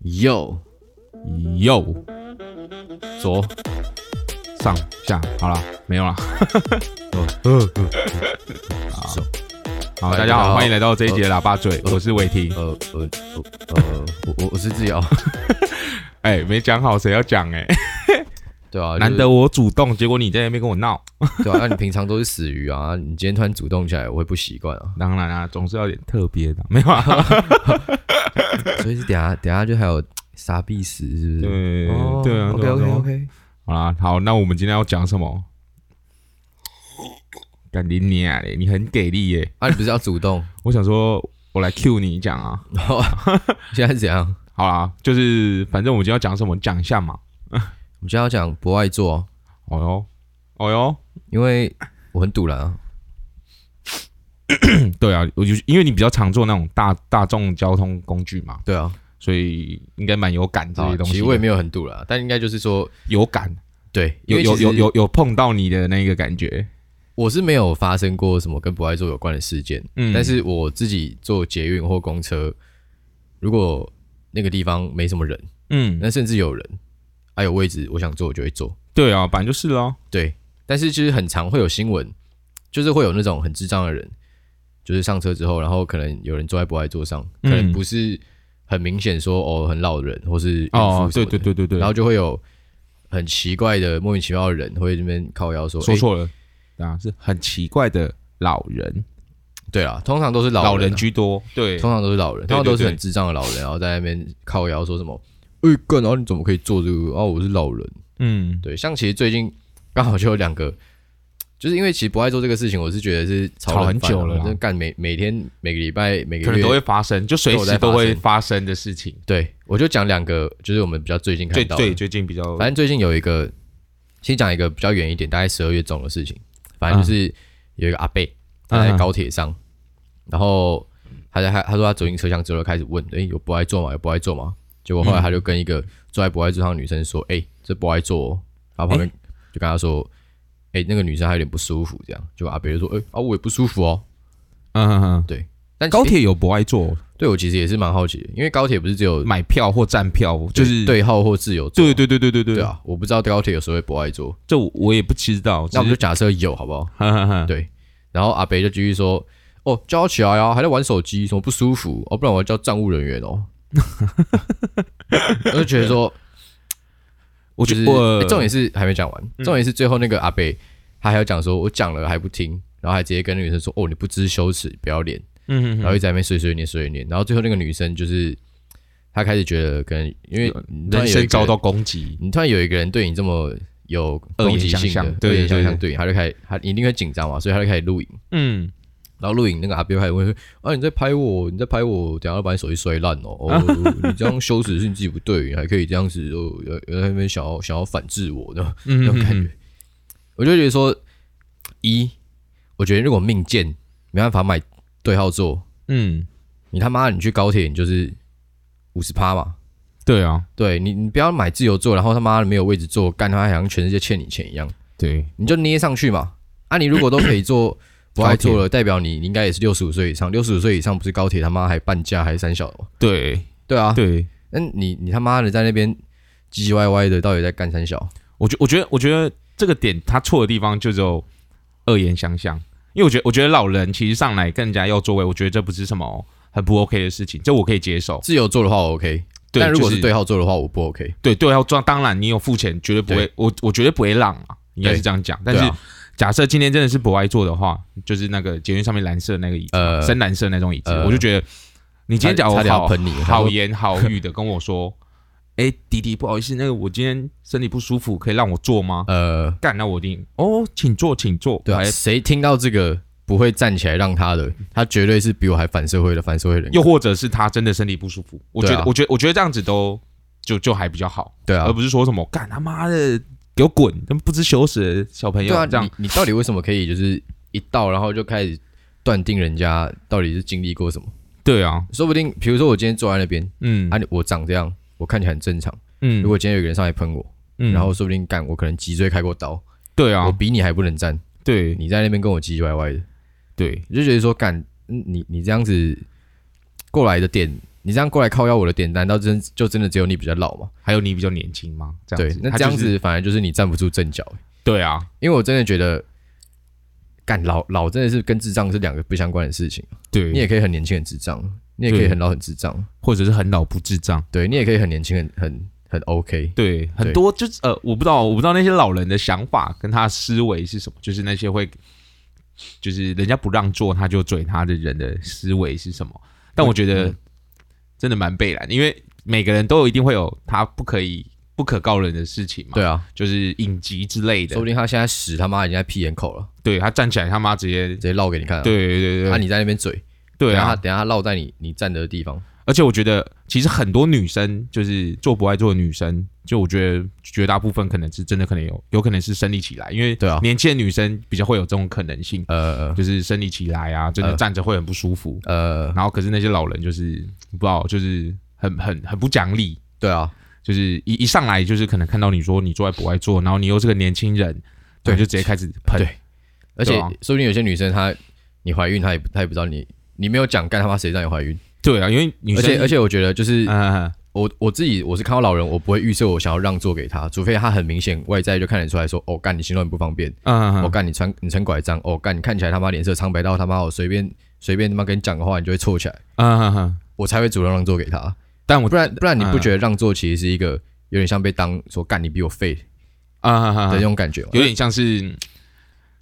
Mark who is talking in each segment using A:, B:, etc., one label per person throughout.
A: 右
B: 右左上下，好了，没有了。
A: 手
B: 好，
A: 嗨
B: 哎
A: 大
B: 大家
A: 家
B: 好，呃
A: 好
B: 欢迎来到这一集的喇叭嘴，我是伟霆。
A: 呃呃呃呃，我我我是自 由，
B: 哎，没讲好谁要讲哎，
A: 对 啊，就是
B: 呃难得我主动，结果你在那边跟我闹。
A: 对啊，那你平常都是死鱼啊，你今天突然主动起来，我会不习惯啊，
B: 当然啦，总是要有点特别的， 没有啊？
A: 所以是等下等下就还有傻逼死是不是？
B: 对
A: 哦
B: 对啊
A: ，OK
B: 对啊
A: OK
B: 对啊
A: OK，
B: 好啦，好，那我们今天要讲什么？干你娘嘞！你很给力耶！
A: 啊，你不是要主动？
B: 我想说，我来 Q 你讲啊。
A: 现在是怎样？
B: 好啦，就是反正我们今天要讲什么，讲一下嘛。
A: 我们今天要讲博爱座哦，
B: 哦哟，哦哟，
A: 因为我很堵然啊，
B: 嗯对啊，我就因为你比较常坐那种大大众交通工具嘛，
A: 对啊，
B: 所以应该蛮有感这
A: 好
B: 些
A: 啊
B: 东西的。
A: 其实我也没有很堵然，但应该就是说，
B: 有感，
A: 对，因
B: 有
A: 为
B: 有
A: 其实
B: 有有有碰到你的那个感觉。
A: 我是没有发生过什么跟不爱做有关的事件，
B: 嗯
A: 但是我自己坐捷运或公车，如果那个地方没什么人，
B: 嗯，
A: 那甚至有人，还、有位置，我想坐我就会坐。
B: 对啊，反正就是咯。
A: 对，但是其实很常会有新闻，就是会有那种很智障的人，就是上车之后，然后可能有人坐在不爱座上，可
B: 嗯
A: 能不是很明显说哦很老的人或是孕妇
B: 哦，
A: 什
B: 对
A: 么的
B: 对，对对对，
A: 然后就会有很奇怪的莫名其妙的人会这边靠腰说
B: 说
A: 诶
B: 错了啊，是很奇怪的老人，
A: 对啦，通常都是
B: 老
A: 老人啊
B: 人居多。对，
A: 通常都是老人，
B: 对
A: 通常都是
B: 对
A: 很智障的老人，然后在那边靠腰说什么“哎、干，然后你怎么可以做这个？哦，我是老人。
B: 嗯”，
A: 对，像其实最近刚好就有两个，就是因为其实不爱做这个事情，我是觉得是
B: 吵
A: 吵
B: 很久了啦
A: 就干每每天每个礼拜每
B: 可
A: 个
B: 能
A: 月
B: 都会发生，就随
A: 都有在
B: 时都
A: 发
B: 会
A: 生
B: 发生的事情。
A: 对，我就讲两个，就是我们比较最近看
B: 最
A: 到的，
B: 最最近比较，
A: 反正最近有一个，先讲一个比较远一点，大概十二月中的事情，反正就是有一个阿贝他
B: 嗯
A: 在高铁上，然后他在他他说他走进车厢之后开始问，诶，有不爱坐吗？有不爱坐吗？结果后来他就跟一个坐在不爱坐上的女生说，诶，这不爱坐、哦，然后旁边就跟他说，诶，那个女生还有点不舒服，这样，就阿贝就说，诶，啊我也不舒服哦，
B: 嗯嗯嗯，
A: 但
B: 高
A: 诶
B: 铁有不爱坐，
A: 对我其实也是蛮好奇的，因为高铁不是只有
B: 买票或站票，就是
A: 对号或自由座，
B: 对对对对对对
A: 对，啊，我不知道高铁有时候会不爱坐，
B: 这我我也不知道，
A: 那我们
B: 只
A: 就是假设有好不好？
B: 哈哈哈，
A: 对，然后阿北就继续说：“哦，叫他起来啊，还在玩手机，什么不舒服？哦，不然我要叫站务人员哦。” 我就觉得说，
B: 我
A: 就
B: 觉
A: 是
B: 得我嗯
A: 诶重点是还没讲完，重点是最后那个阿北他还要讲说，我讲了还不听，然后还直接跟那个女生说：“哦，你不知羞耻，不要脸。”
B: 嗯嗯
A: 然后一直在那边碎碎念碎碎念，然后最后那个女生就是她开始觉得可能因为
B: 嗯，
A: 突然有
B: 人
A: 一
B: 生
A: 个
B: 遭到攻击，
A: 你突然有一个人对你这么有
B: 恶
A: 攻
B: 言
A: 击
B: 相
A: 性
B: 向
A: 的
B: 对
A: 恶言
B: 对
A: 相
B: 对
A: 向对你，他就开始他一定会紧张嘛，所以他就开始录影。
B: 嗯，
A: 然后录影那个阿彪还问说：“啊，你在拍我，你在拍我，等下要把你手机摔烂哦！哦， 你这样羞耻是你自己不对，你还可以这样子哦，有有在那边想要想要反制我呢，那
B: 嗯
A: 种感觉。我就觉得说，一，我觉得如果命贱没办法买对号座，
B: 嗯，
A: 你他妈你去高铁你就是五十趴嘛，
B: 对啊，
A: 对你你不要买自由座，然后他妈的没有位置坐，干他好像全世界欠你钱一样，
B: 对，
A: 你就捏上去 嘛。啊，你如果都可以做不爱做了，代表你你应该也是六十五岁以上。六十五岁以上不是高铁他妈还半价还三小的吗？
B: 对
A: 对啊，
B: 对，
A: 那你你他妈的在那边唧唧歪歪的，到底在干三小？
B: 我觉我觉得我觉得这个点他错的地方就只有恶言相向，因为我觉得我觉得老人其实上来跟人家要座位，我觉得这不是什么很不 OK 的事情，这我可以接受。
A: 自由做的话我 OK，
B: 对，
A: 但如果
B: 就是
A: 对号啊做的话我不 OK。
B: 对对要装，当然你有付钱，绝对不会，我我绝对不会让啊，应该是这样讲。但
A: 对
B: 是
A: 啊，
B: 假设今天真的是不爱坐的话，就是那个捷运上面蓝色那个椅子嘛，
A: 呃
B: 深蓝色那种椅子，
A: 呃
B: 我就觉得你今天假如
A: 差差点要
B: 好
A: 喷你，
B: 好言好语 的跟我说，哎，迪迪，不好意思，那个我今天身体不舒服，可以让我坐吗？
A: 呃，
B: 干，那我一定哦，请坐，请坐。
A: 对啊，
B: 哎
A: 谁听到这个不会站起来让他的，他绝对是比我还反社会的反社会人。
B: 又或者是他真的身体不舒服，我觉
A: 对
B: 得
A: 啊，
B: 我觉得，我觉得这样子都就就还比较好，
A: 对啊
B: 而，不是说什么干他妈的给我滚，他们不知羞耻的小朋友
A: 对啊，
B: 这样
A: 你你到底为什么可以就是一到然后就开始断定人家到底是经历过什么？
B: 对啊，
A: 说不定，比如说我今天坐在那边，
B: 嗯
A: 啊，你我长这样，我看起来很正常。
B: 嗯，
A: 如果今天有个人上来喷我，
B: 嗯
A: 然后说不定干我可能脊椎开过刀，
B: 对啊
A: 我，比你还不能站，
B: 对
A: 你在那边跟我唧唧歪歪的，
B: 对
A: 你就觉得说干，嗯你你这样子过来的点，你这样过来靠腰我的点，难道真就真的只有你比较老吗？
B: 还有你比较年轻吗？这样
A: 对
B: 子，，
A: 那
B: 他
A: 这样
B: 就是
A: 子反而就是你站不住阵脚、
B: 对啊，
A: 因为我真的觉得，干老老真的是跟智障是两个不相关的事情。
B: 对，
A: 你也可以很年轻很智障，你也可以
B: 对
A: 很老很智障，
B: 或者是很老不智障。
A: 对你也可以很年轻很很很 OK。
B: 对，很多就是呃，我不知道，我不知道那些老人的想法跟他的思维是什么，就是那些会，就是人家不让座他就嘴他的人的思维是什么。但我觉
A: 嗯
B: 得真的蛮悲然，因为每个人都有一定会有他不可以不可告人的事情嘛，
A: 对，啊，
B: 就是影集之类
A: 说
B: 的
A: 不。定他现在屎他妈已经在屁眼口了，
B: 对他站起来他妈直接
A: 直，接绕给你看、啊。，
B: 对对对
A: 啊
B: 对，
A: 你在那边嘴，
B: 对
A: 等下他
B: 啊，
A: 等下他绕在你你站的地方，
B: 而且我觉得，其实很多女生就是做不爱做的女生，就我觉得绝大部分可能是真的，可能有有可能是生理起来，因为
A: 对啊
B: 年轻的女生比较会有这种可能性，
A: 呃
B: 就是生理起来啊，真的
A: 呃
B: 站着会很不舒服。
A: 呃，
B: 然后可是那些老人就是不知道，就是很很很不讲理，
A: 对啊，
B: 就是一一上来就是可能看到你说你坐在不爱坐，然后你又是个年轻人，
A: 对
B: 对，就直接开始喷。
A: 对而且
B: 对啊
A: 说不定有些女生她你怀孕她也不她也不知道你你没有讲干他妈谁让你怀孕，
B: 对啊，因为女
A: 而
B: 生
A: 且而且我觉得就是
B: 嗯
A: 我我自己我是看到老人我不会预设我想要让座给他，除非他很明显外在就看得出来说哦干你行动很不方便，
B: 嗯
A: 我、
B: 嗯
A: 干你穿你穿拐杖，哦干你看起来他妈脸色苍白到他妈哦我随便随便他妈跟你讲个话，你就会凑起来，
B: 嗯嗯，
A: 我才会主动让座给他。
B: 但我
A: 不然不然你不
B: 嗯
A: 觉得让座其实是一个有点像被当说干你比我废的
B: 嗯嗯
A: 那
B: 嗯，
A: 种感觉吗？
B: 有点像是，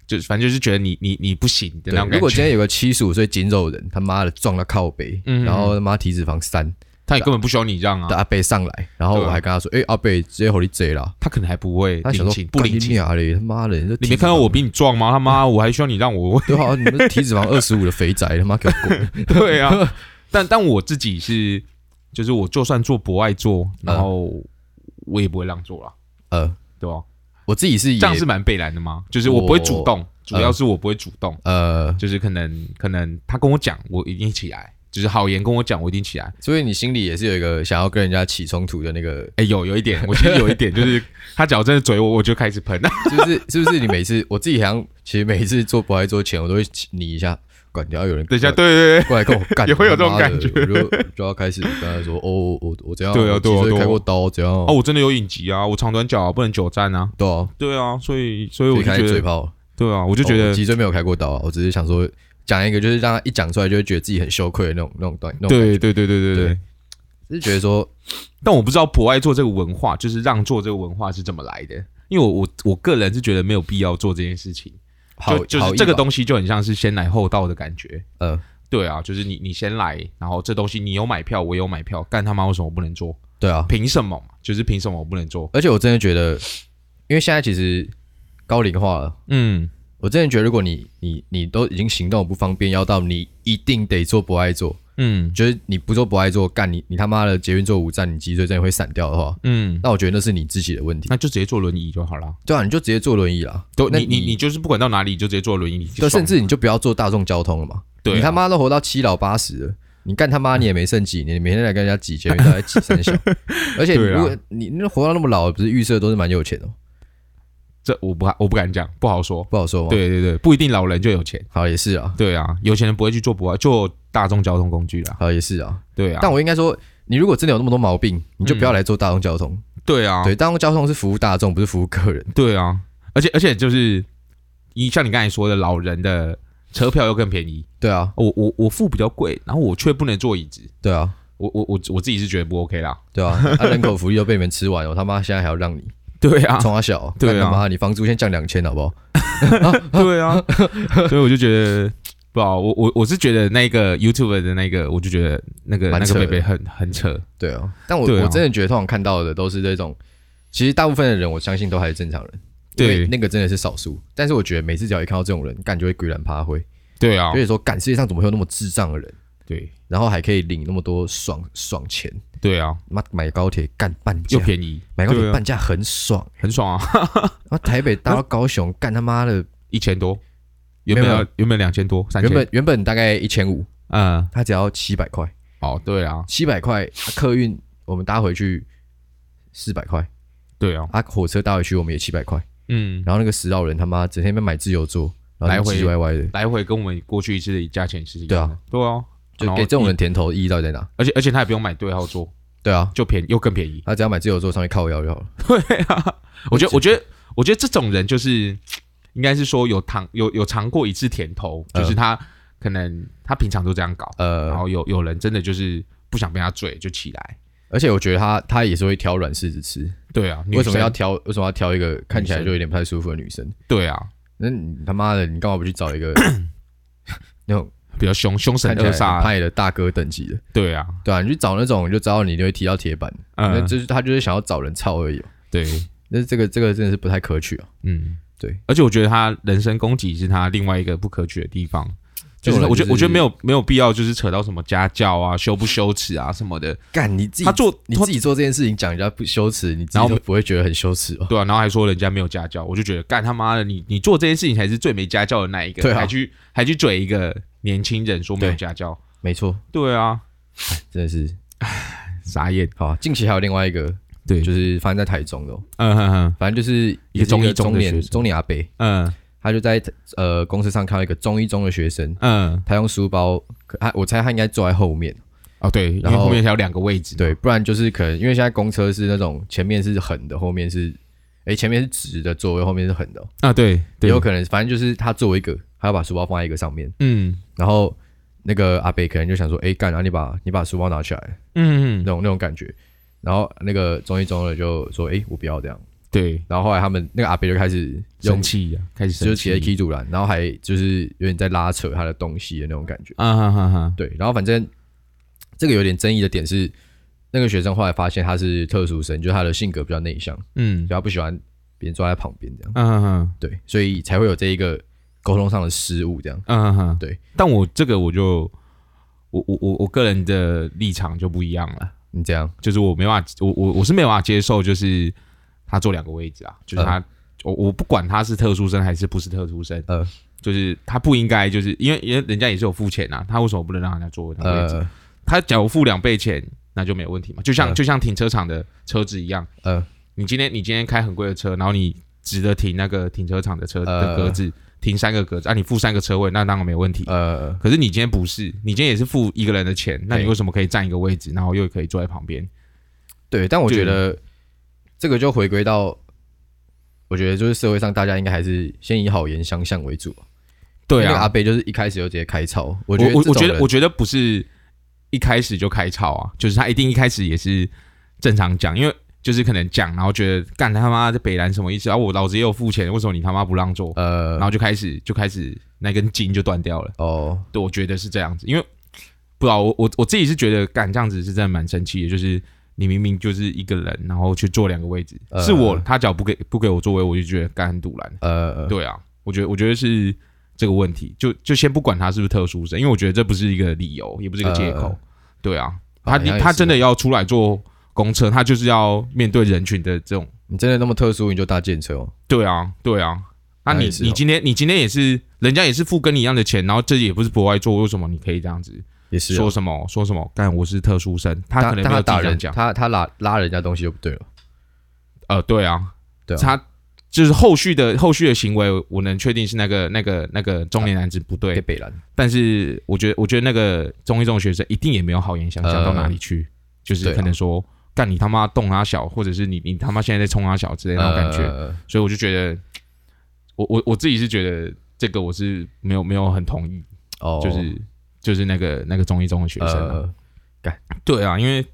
B: 就是反正就是觉得你你你不行的
A: 对
B: 那种感觉。
A: 如果今天有个七十五岁紧肉人，他妈的撞到靠背，
B: 嗯
A: 然后他妈体脂肪三
B: 他也根本不需要你让
A: 的
B: 啊，
A: 阿贝上来，然后
B: 对啊
A: 我还跟他说：“哎，阿贝直接吼你贼了。
B: 他可能还不会”
A: 他想
B: 领
A: 说
B: 情，不领情。
A: 啊嘞，他妈的，
B: 你
A: 你
B: 没看到我比你壮吗？他妈，我还需要你让我？
A: 对 啊，你们体脂肪二十五的肥宅，他妈给我滚！
B: 对啊， 但但我自己是，就是我就算做博爱做，
A: 嗯
B: 然后我也不会让座啦，
A: 呃，
B: 对吧？
A: 我自己是也嗯
B: 这样是蛮被然的吗？就是我不会主动，主要是我不会主动，
A: 呃，
B: 就是可能可能他跟我讲，我一定起来。就是好言跟我讲，我一定起来。
A: 所以你心里也是有一个想要跟人家起冲突的那个，
B: 哎、有有一点，我其实有一点，就是他只要真的嘴我，我就开始喷。
A: 是不是？是不是你每次我自己好像其实每一次做不爱做前，我都会你一下，管你要有人
B: 等一下，
A: 过
B: 对对对，
A: 来过来 跟我干，
B: 也会有这种
A: 他妈的
B: 感觉
A: 我就就要开始跟他说，哦，我我怎样，
B: 对啊
A: 我
B: 对啊
A: 脊椎
B: 对啊
A: 开过刀怎样，
B: 哦，，我真的有隐疾啊，我长短脚啊，不能久站啊。
A: 对啊，
B: 对啊，所以所以
A: 所
B: 我
A: 以
B: 就
A: 开始
B: 觉
A: 嘴
B: 得，
A: 炮，
B: 对啊，我就觉
A: 哦
B: 得
A: 我，脊椎没有开过刀啊，我只是想说讲一个，就是让他一讲出来就会觉得自己很羞愧的那种那种段，那种
B: 对对对对对对
A: 对。就是觉得说，
B: 但我不知道博爱做这个文化，就是让座这个文化是怎么来的，因为我我我个人是觉得没有必要做这件事情，
A: 好
B: 就就
A: 好
B: 是
A: 意
B: 这个
A: 吧
B: 东西就很像是先来后到的感觉。
A: 呃，
B: 对啊，就是你你先来，然后这东西你有买票，我有买票，干他妈为什么我不能做？
A: 对啊，
B: 凭什么嘛？就是凭什么我不能做？
A: 而且我真的觉得，因为现在其实高龄化了。
B: 嗯，
A: 我真的觉得，如果你你你都已经行动不方便，要到你一定得做不爱做，
B: 嗯
A: 就是你不做不爱做，干你你他妈的捷运坐五站，你脊椎真的会散掉的话，
B: 嗯，
A: 那我觉得那是你自己的问题。
B: 那就直接坐轮椅就好了。
A: 对啊，你就直接坐轮椅啦。
B: 都
A: 那
B: 你你你就是不管到哪里，你就直接坐轮椅，你就
A: 对，
B: 爽
A: 甚至你就不要坐大众交通了嘛。
B: 对啊
A: 你他妈都活到七老八十了，你干他妈你也没剩几年，你每天来跟人家挤捷运，到底挤 三小？而且
B: 对啊
A: 如果你你活到那么老，不是预设都是蛮有钱的吗，
B: 这我不我不敢讲，不好说。
A: 不好说吗？，
B: 对对对，不一定老人就有钱。
A: 好也是啊，
B: 对啊，有钱人不会去做博爱，做大众交通工具啦。
A: 好也是啊。
B: 对啊，
A: 但我应该说，你如果真的有那么多毛病，你就不要来坐大众交通。
B: 对啊，
A: 对，大众交通是服务大众，不是服务个人。
B: 对啊，而且而且就是，你像你刚才说的，老人的车票又更便宜，
A: 对啊，
B: 我我我付比较贵，然后我却不能坐椅子，
A: 对啊，
B: 我我我我自己是觉得不 OK 啦。
A: 对啊，啊人口福利都被你们吃完了，我他妈现在还要让你
B: 对啊，
A: 冲他小，
B: 对啊
A: 干他妈你房租先降两千好不好？
B: 对啊， 所以我就觉得。不好，我我我是觉得那个 YouTube 的那个，我就觉得那个
A: 蛮
B: 那个
A: 扯的
B: 贝贝很很扯，
A: 对啊，但我、
B: 对啊
A: 我真的觉得通常看到的都是这种，其实大部分的人我相信都还是正常人，
B: 对
A: 因为那个真的是少数。但是我觉得每次只要一看到这种人，干就会鬼然趴灰，
B: 对啊
A: 就，是说，干世界上怎么会有那么智障的人，
B: 对
A: 然后还可以领那么多爽爽钱？
B: 对啊，
A: 妈买高铁干半价
B: 又，便宜，
A: 买高
B: 对
A: 铁
B: 啊
A: 半价很爽。
B: 很爽啊，
A: 然后台北搭到高雄，干他妈的，
B: 一千多，原本
A: 没有
B: 要原本两千多，三
A: 原
B: 千，
A: 本原本大概一千五，
B: 嗯，
A: 他只要七百块，
B: 哦，对啊，
A: 七百块啊客运我们搭回去四百块，
B: 对啊，
A: 啊火车搭回去我们也七百块，
B: 嗯，
A: 然后那个石老人他妈整天在那边买自由座，然后
B: 来回
A: 唧唧歪歪的，
B: 来回跟我们过去一次的价钱是一样的
A: 对啊，
B: 对啊，
A: 就给这种人甜头意义到底在哪？
B: 而且而且他也不用买对号座，
A: 对啊，
B: 就便宜又更便宜。
A: 他只要买自由座上去靠腰就好了。
B: 我觉得我觉得我觉得这种人就是应该是说有尝有有尝过一次甜头，
A: 嗯
B: 就是他可能他平常都这样搞，然
A: 呃，
B: 后有有人真的就是不想被他追就起来。
A: 而且我觉得他他也是会挑软柿子吃。
B: 对啊，女
A: 为什么
B: 生
A: 要挑？为什么要挑一个看起来
B: 女生
A: 就有点不太舒服的女生？
B: 对啊？
A: 那你他妈的，你干嘛不去找一 个那种
B: 比较凶凶神
A: 看起来
B: 恶
A: 很
B: 煞，
A: 派的大哥等级的？
B: 对啊，
A: 对啊，你去找那种，你就知道你一定会踢到铁板。那、
B: 嗯，
A: 就是他就是想要找人操而已嘛。
B: 对，
A: 那这个这个真的是不太可取啊。
B: 嗯，
A: 对。
B: 而且我觉得他人身攻击是他另外一个不可取的地方，
A: 这
B: 就是
A: 种人
B: 我觉
A: 就
B: 得
A: 是
B: 我觉得没有没有必要就是扯到什么家教啊、羞不羞耻啊什么的，
A: 干你自己，
B: 他做
A: 你
B: 他
A: 自己做这件事情讲人家不羞耻，你自
B: 然
A: 己
B: 后
A: 都不会觉得很羞耻哦。
B: 对啊，然后还说人家没有家教，我就觉得干他妈的，你你做这件事情才是最没家教的那一个，
A: 对啊
B: 还去还去嘴一个年轻人说没有
A: 对
B: 家教，
A: 没错，
B: 对啊，
A: 真的是
B: 傻眼，
A: 好、啊。近期还有另外一个，
B: 对
A: 就是发生在台中的、哦，
B: 嗯哼哼，
A: 反正就是
B: 一个中一中
A: 中
B: 的
A: 年
B: 学生
A: 中年阿伯，
B: 嗯
A: 他就在呃公司上看到一个中一中的学生，
B: 嗯，
A: 他用书包，可他我猜他应该坐在后面，
B: 哦对，因
A: 然
B: 为
A: 后
B: 后面还有两个位置，
A: 对，，不然就是可能因为现在公车是那种前面是横的，后面是哎、前面是直的座位，后面是横的哦、
B: 啊对
A: 也
B: 对，
A: 有可能反正就是他作为一个，他要把书包放在一个上面，
B: 嗯
A: 然后那个阿北可能就想说，哎、干，然后你把你把书包拿起来，
B: 嗯
A: 那
B: 嗯，
A: 种那种感觉。然后那个中一中的就说，哎、我不要这样。
B: 对，
A: 然后后来他们那个阿北就开始用
B: 生气啊，开始
A: 就
B: 生
A: 是起了
B: 气，
A: 踢阻拦，然后还就是有点在拉扯他的东西的那种感觉。
B: 啊哈哈哈，
A: 对，然后反正这个有点争议的点是，那个学生后来发现他是特殊生，就是他的性格比较内向，
B: 嗯
A: 比较不喜欢别人坐在旁边这样。
B: 嗯哼哼。
A: 对，所以才会有这一个沟通上的失误这样。
B: 嗯哼，
A: 对。
B: 但我这个我就我我我我个人的立场就不一样了，
A: 你这样，
B: 就是我没办法，我我我是没有办法接受，就是他坐两个位置啊，就是他，我我不管他是特殊生还是不是特殊生，
A: 呃
B: 就是他不应该，就是因为因为人家也是有付钱啊，他为什么不能让人家坐那个位置？
A: 呃
B: 他假如付两倍钱，那就没有问题嘛，就像、
A: 呃
B: 就像停车场的车子一样，
A: 呃，
B: 你今天你今天开很贵的车，然后你值得停那个停车场的车的
A: 呃
B: 格子，停三个格子，啊，你付三个车位，那当然没有问题。
A: 呃，
B: 可是你今天不是，你今天也是付一个人的钱，那你为什么可以占一个位置，然后又可以坐在旁边？
A: 对，但我
B: 就
A: 觉得这个就回归到，我觉得就是社会上大家应该还是先以好言相向为主。
B: 对
A: 那个阿
B: 啊，
A: 北就是一开始就直接开操，我
B: 我
A: 觉得
B: 我
A: 这种
B: 我觉得
A: 人
B: 我觉得不是一开始就开吵啊，就是他一定一开始也是正常讲，因为就是可能讲，然后觉得干他妈这北兰什么意思啊？我老子也有付钱，为什么你他妈不让座？然
A: 呃
B: 后就开始就开始那根筋就断掉了。
A: 哦
B: 对，我觉得是这样子，因为不知道我我我自己是觉得干这样子是真的蛮生气的，就是你明明就是一个人，然后去坐两个位置，
A: 呃
B: 是我他只要不给不给我座位，我就觉得干很堵然。
A: 呃
B: 对啊，我觉得我觉得是这个问题，就就先不管他是不是特殊生，因为我觉得这不是一个理由，也不是一个借口。
A: 呃
B: 对啊，他
A: 好像也是
B: 他真的要出来坐公车，他就是要面对人群的这种。
A: 你真的那么特殊，你就搭建车哦。
B: 对啊，对啊。那
A: 那
B: 你
A: 也是哦
B: 你今天你今天也是，人家也是付跟你一样的钱，然后这也不是国外做，为什么你可以这样子？
A: 也是
B: 说
A: 哦，
B: 什么说什么，但我是特殊生，他可能
A: 但
B: 没
A: 他
B: 有自己
A: 打
B: 这样
A: 人，
B: 讲。
A: 他他拉拉人家东西就不对了。
B: 呃，对啊，
A: 对啊，
B: 他就是后续的后续的行为，我能确定是那个那个那个中年男子不
A: 给
B: 对，
A: 北兰，
B: 但是我觉得我觉得那个中一中的学生一定也没有好言相向
A: 呃
B: 到哪里去，就是
A: 对啊
B: 可能说干你他妈动他小，或者是你你他妈现在在冲他小之类的那种感觉，
A: 呃
B: 所以我就觉得，我我我自己是觉得这个我是没有没有很同意，
A: 哦，
B: 就是就是那个那个中一中的学生啊。
A: 呃
B: 对啊，因为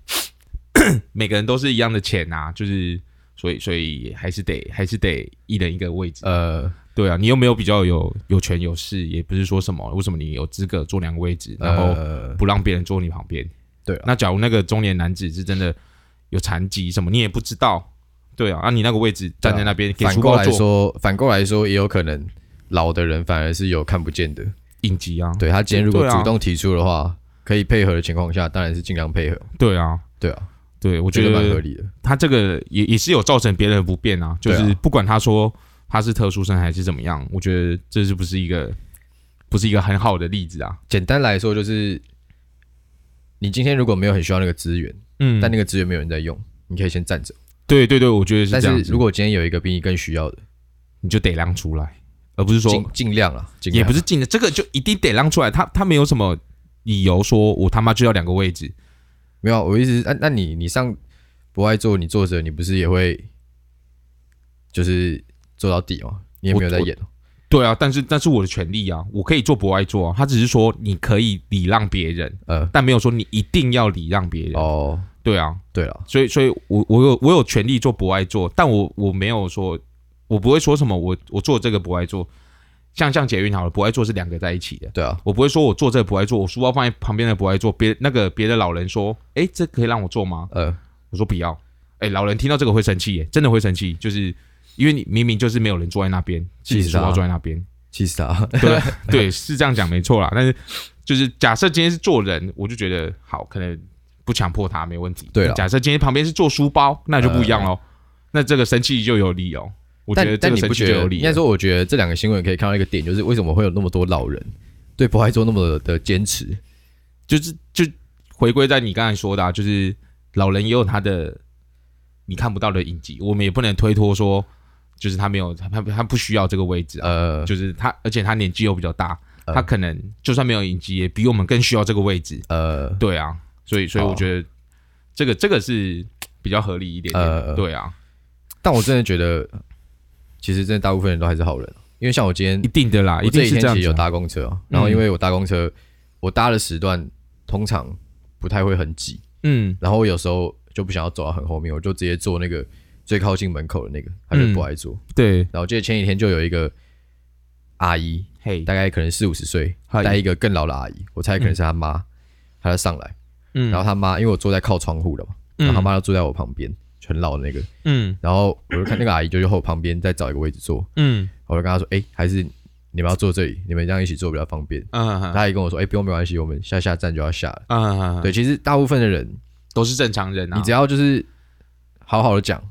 B: 每个人都是一样的钱啊，就是所以所以还是得还是得一人一个位置。
A: 呃
B: 对啊，你又没有比较有有权有势，也不是说什么为什么你有资格坐两个位置，然后
A: 呃
B: 不让别人坐你旁边。
A: 对啊
B: 那假如那个中年男子是真的有残疾什么，你也不知道。对啊，啊你那个位置站在那边、给
A: 反
B: 书
A: 过
B: 包
A: 来
B: 坐
A: 说，反过来说也有可能老的人反而是有看不见的。
B: 应急啊，
A: 对他今天如果
B: 对啊
A: 主动提出的话，可以配合的情况下，当然是尽量配合。
B: 对啊，
A: 对啊，
B: 对我
A: 我
B: 觉
A: 蛮合
B: 得
A: 理的。
B: 他这个也也是有造成别人的不便啊，就
A: 对啊
B: 是不管他说他是特殊生还是怎么样，我觉得这是不是一个不是一个很好的例子啊？
A: 简单来说就是，你今天如果没有很需要那个资源，
B: 嗯
A: 但那个资源没有人在用，你可以先站着。
B: 对对对，我觉得是
A: 但
B: 这样
A: 是
B: 子。
A: 如果今天有一个比你更需要的，
B: 你就得让出来，而不是说
A: 尽尽量啊，尽量
B: 也不是进的，这个就一定得让出来。他他没有什么理由说我他妈就要两个位置，
A: 没有，我意思是，啊那、那你你上不爱做，你坐着，你不是也会就是做到底吗？你也没有在演哦，
B: 对啊，但是但是我的权利啊，我可以做博爱做啊，他只是说你可以礼让别人，
A: 呃，
B: 但没有说你一定要礼让别人。
A: 哦，
B: 对啊，
A: 对了，
B: 所以所以我我有我有权利做不爱做，但我我没有说，我不会说什么我我做这个不爱做，像像捷运好了，不爱做是两个在一起的，
A: 对啊，
B: 我不会说我做这个不爱做，我书包放在旁边的不爱做，别那个别的老人说，诶，这可以让我做吗？
A: 呃，
B: 我说不要，诶，老人听到这个会生气耶，真的会生气，就是因为你明明就是没有人坐在那边，自己
A: 是
B: 书
A: 啊
B: 包坐在那边，
A: 气死他，
B: 对 对，是这样讲没错啦。但是就是假设今天是做人，我就觉得好，可能不强迫他没问题。
A: 对啦
B: 假设今天旁边是做书包，那就不一样喽。那这个生气就有理由，我觉
A: 但
B: 得这
A: 但
B: 个
A: 你
B: 生
A: 不
B: 气
A: 觉
B: 就有
A: 得？
B: 理
A: 应
B: 由
A: 该。说，我觉得这两个新闻可以看到一个点，就是为什么会有那么多老人对不爱做那么的坚持？
B: 就是就回归在你刚才说的、啊，就是老人也有他的你看不到的影集，我们也不能推脱说，就是他没有他他他不需要这个位置啊。
A: 呃
B: 就是他，而且他年纪又比较大，
A: 呃
B: 他可能就算没有影集，也比我们更需要这个位置。
A: 呃，
B: 对啊，所以所以
A: 哦
B: 我觉得这个这个是比较合理一点点的。
A: 呃
B: 对啊，
A: 但我真的觉得，其实真的大部分人都还是好人，啊因为像我今天
B: 一定的啦，一
A: 我这
B: 定
A: 几
B: 是
A: 天
B: 这样
A: 其实
B: 子
A: 有
B: 啊。
A: 搭公车、啊，然后因为我搭公车，我搭的时段通常不太会很挤，
B: 嗯，
A: 然后我有时候就不想要走到很后面，我就直接坐那个最靠近门口的那个，他就不爱坐。
B: 对，
A: 然后我记得前几天就有一个阿姨，
B: 嘿，
A: 大概可能四五十岁，
B: 嗨
A: 带一个更老的阿姨，我猜可能是她妈，她就上来，
B: 嗯，
A: 然后她妈因为我坐在靠窗户的嘛，然后她妈就坐在我旁边，很老的那个，
B: 嗯
A: 然后我就看那个阿姨就去后旁边再找一个位置坐，
B: 嗯
A: 我就跟她说，哎、还是你们要坐这里，你们这样一起坐比较方便。
B: 嗯
A: 他也跟我说：“哎、不用，没关系，我们下下站就要下了。
B: 嗯，
A: 对，其实大部分的人，
B: 都是正常人啊。
A: 你只要就是好好的讲，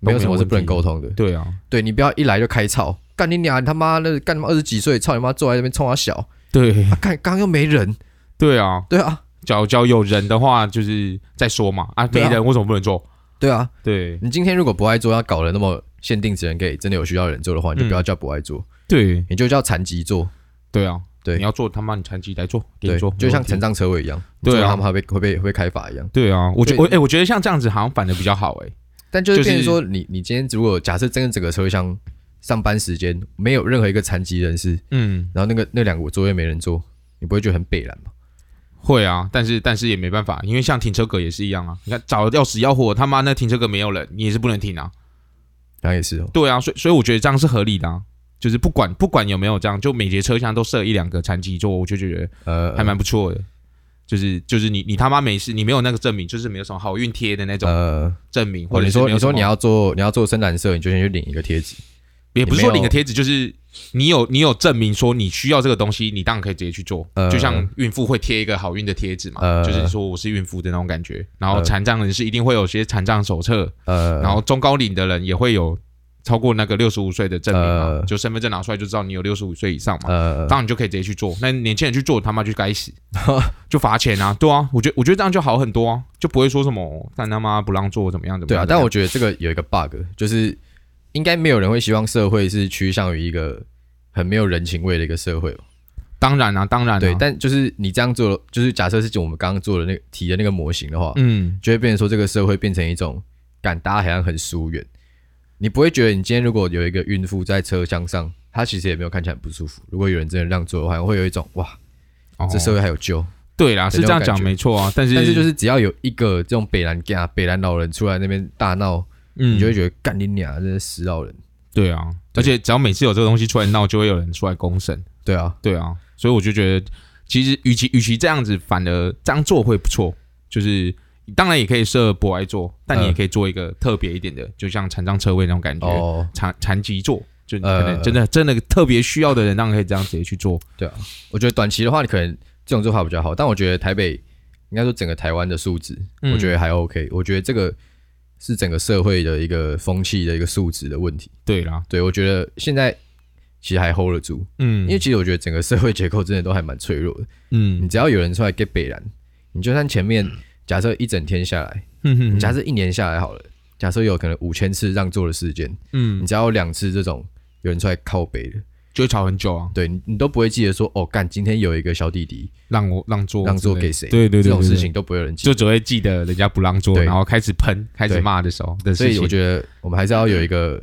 A: 没有什么是不能沟通的。
B: 对啊，
A: 对你不要一来就开操，干你娘！你他妈那干他妈二十几岁，操你妈！坐在那边冲他小，
B: 对
A: 啊，干刚刚又没人，
B: 对啊，
A: 对啊，
B: 只要只要有人的话，就是再说嘛。啊，没
A: 对啊
B: 人为什么不能做？
A: 对啊。
B: 对
A: 你今天如果不爱做，要搞得那么限定，只能给真的有需要的人做的
B: 嗯
A: 话，你就不要叫不爱做，
B: 对
A: 你就叫残疾做。
B: 对啊，
A: 对
B: 你要做他妈你残疾来做，给你
A: 对
B: 做，，
A: 就像
B: 没问题
A: 残障车位一样，
B: 对啊
A: 你做了他们还会被会被会被开罚一样。
B: 对啊，我觉
A: 对嗯
B: 我哎，我觉得像这样子好像反的比较好哎。
A: 但就是
B: 就是
A: 变成说，你你今天如果假设真的整个车厢上班时间没有任何一个残疾人士。”
B: 嗯，
A: 然后那个那两个座位没人坐，你不会觉得很北然吗？
B: 会啊，但是但是也没办法，因为像停车格也是一样啊。你看，找得要死要活，他妈那停车格没有人，你也是不能停啊。
A: 然后也是哦，
B: 对啊，所以所以我觉得这样是合理的、啊，就是不管不管有没有这样，就每节车厢都设一两个残疾座，我就觉得
A: 呃，
B: 还蛮不错的。就是就是你你他妈没事，你没有那个证明，就是没有什么好运贴的那种
A: 呃，
B: 证明，或
A: 哦，
B: 者
A: 你
B: 是
A: 说
B: 没有
A: 你说
B: 什么
A: 你要做你要做深蓝色，你就先去领一个贴纸，
B: 也不
A: 你
B: 是
A: 没
B: 说
A: 有
B: 领个贴纸，就是你有你有证明说你需要这个东西，你当然可以直接去做。
A: 呃
B: 就像孕妇会贴一个好运的贴纸嘛，
A: 呃
B: 就是说我是孕妇的那种感觉。然后
A: 呃
B: 残障人士一定会有些残障手册，
A: 呃，
B: 然后中高龄的人也会有超过那个六十五岁的证明嘛，
A: 呃
B: 就身份证拿出来就知道你有六十五岁以上嘛。
A: 呃，
B: 当然你就可以直接去做，那年轻人去做，他妈就 该死，就罚钱啊！对啊，我觉得我觉得这样就好很多啊，就不会说什么但他妈不让做怎么样怎么
A: 对
B: 样。
A: 啊，但我觉得这个有一个 bug，就是应该没有人会希望社会是趋向于一个很没有人情味的一个社会吧？
B: 当然啊，当然啊
A: 对，但就是你这样做，就是假设是我们刚刚做的那个提的那个模型的话，
B: 嗯
A: 就会变成说这个社会变成一种，感大家好像很疏远。你不会觉得你今天如果有一个孕妇在车厢上，她其实也没有看起来很不舒服。如果有人真的让座的话，会有一种哇，
B: 哦
A: 这社会还有救。
B: 对啦，是
A: 那
B: 这
A: 种
B: 样
A: 感
B: 讲
A: 觉
B: 没错啊，但是
A: 但是就是只要有一个这种北兰家北兰老人出来那边大闹，
B: 嗯
A: 你就会觉得干你娘，这是死老人。
B: 对啊，而且只要每次有这个东西出来闹，就会有人出来公审。
A: 对啊，
B: 对啊，所以我就觉得，其实与其与其这样子，反而这样做会不错。就是当然也可以设博爱座，但你也可以做一个特别一点的，就像残障车位那种感觉，
A: 哦，
B: 残残疾座，就你可能
A: 呃
B: 真的、真的特别需要的人，当然可以这样直接去做。
A: 我觉得短期的话，你可能这种做法比较好。但我觉得台北应该说整个台湾的素质，
B: 嗯
A: 我觉得还 OK。我觉得这个是整个社会的一个风气的一个素质的问题。
B: 对啦，
A: 对，我觉得现在其实还 hold 得住，
B: 嗯，
A: 因为其实我觉得整个社会结构真的都还蛮脆弱的。
B: 嗯
A: 你只要有人出来 get 北蓝，你就算前面假设一整天下来，
B: 嗯
A: 你假设一年下来好了，假设有可能五千次让座的事件，
B: 嗯
A: 你只要有两次这种有人出来靠北的，
B: 就会吵很久啊，
A: 对你你都不会记得说哦，干今天有一个小弟弟
B: 让我让座
A: 让座
B: 之类的
A: 给谁
B: 对对对，
A: 这种
B: 对
A: 事
B: 对
A: 情都不会有人记
B: 就只会记得人家不让座，
A: 对
B: 然后开始喷、开始
A: 对
B: 骂的时候的
A: 得，所
B: 事
A: 以我
B: 情。嗯
A: 觉得我们还是要有一个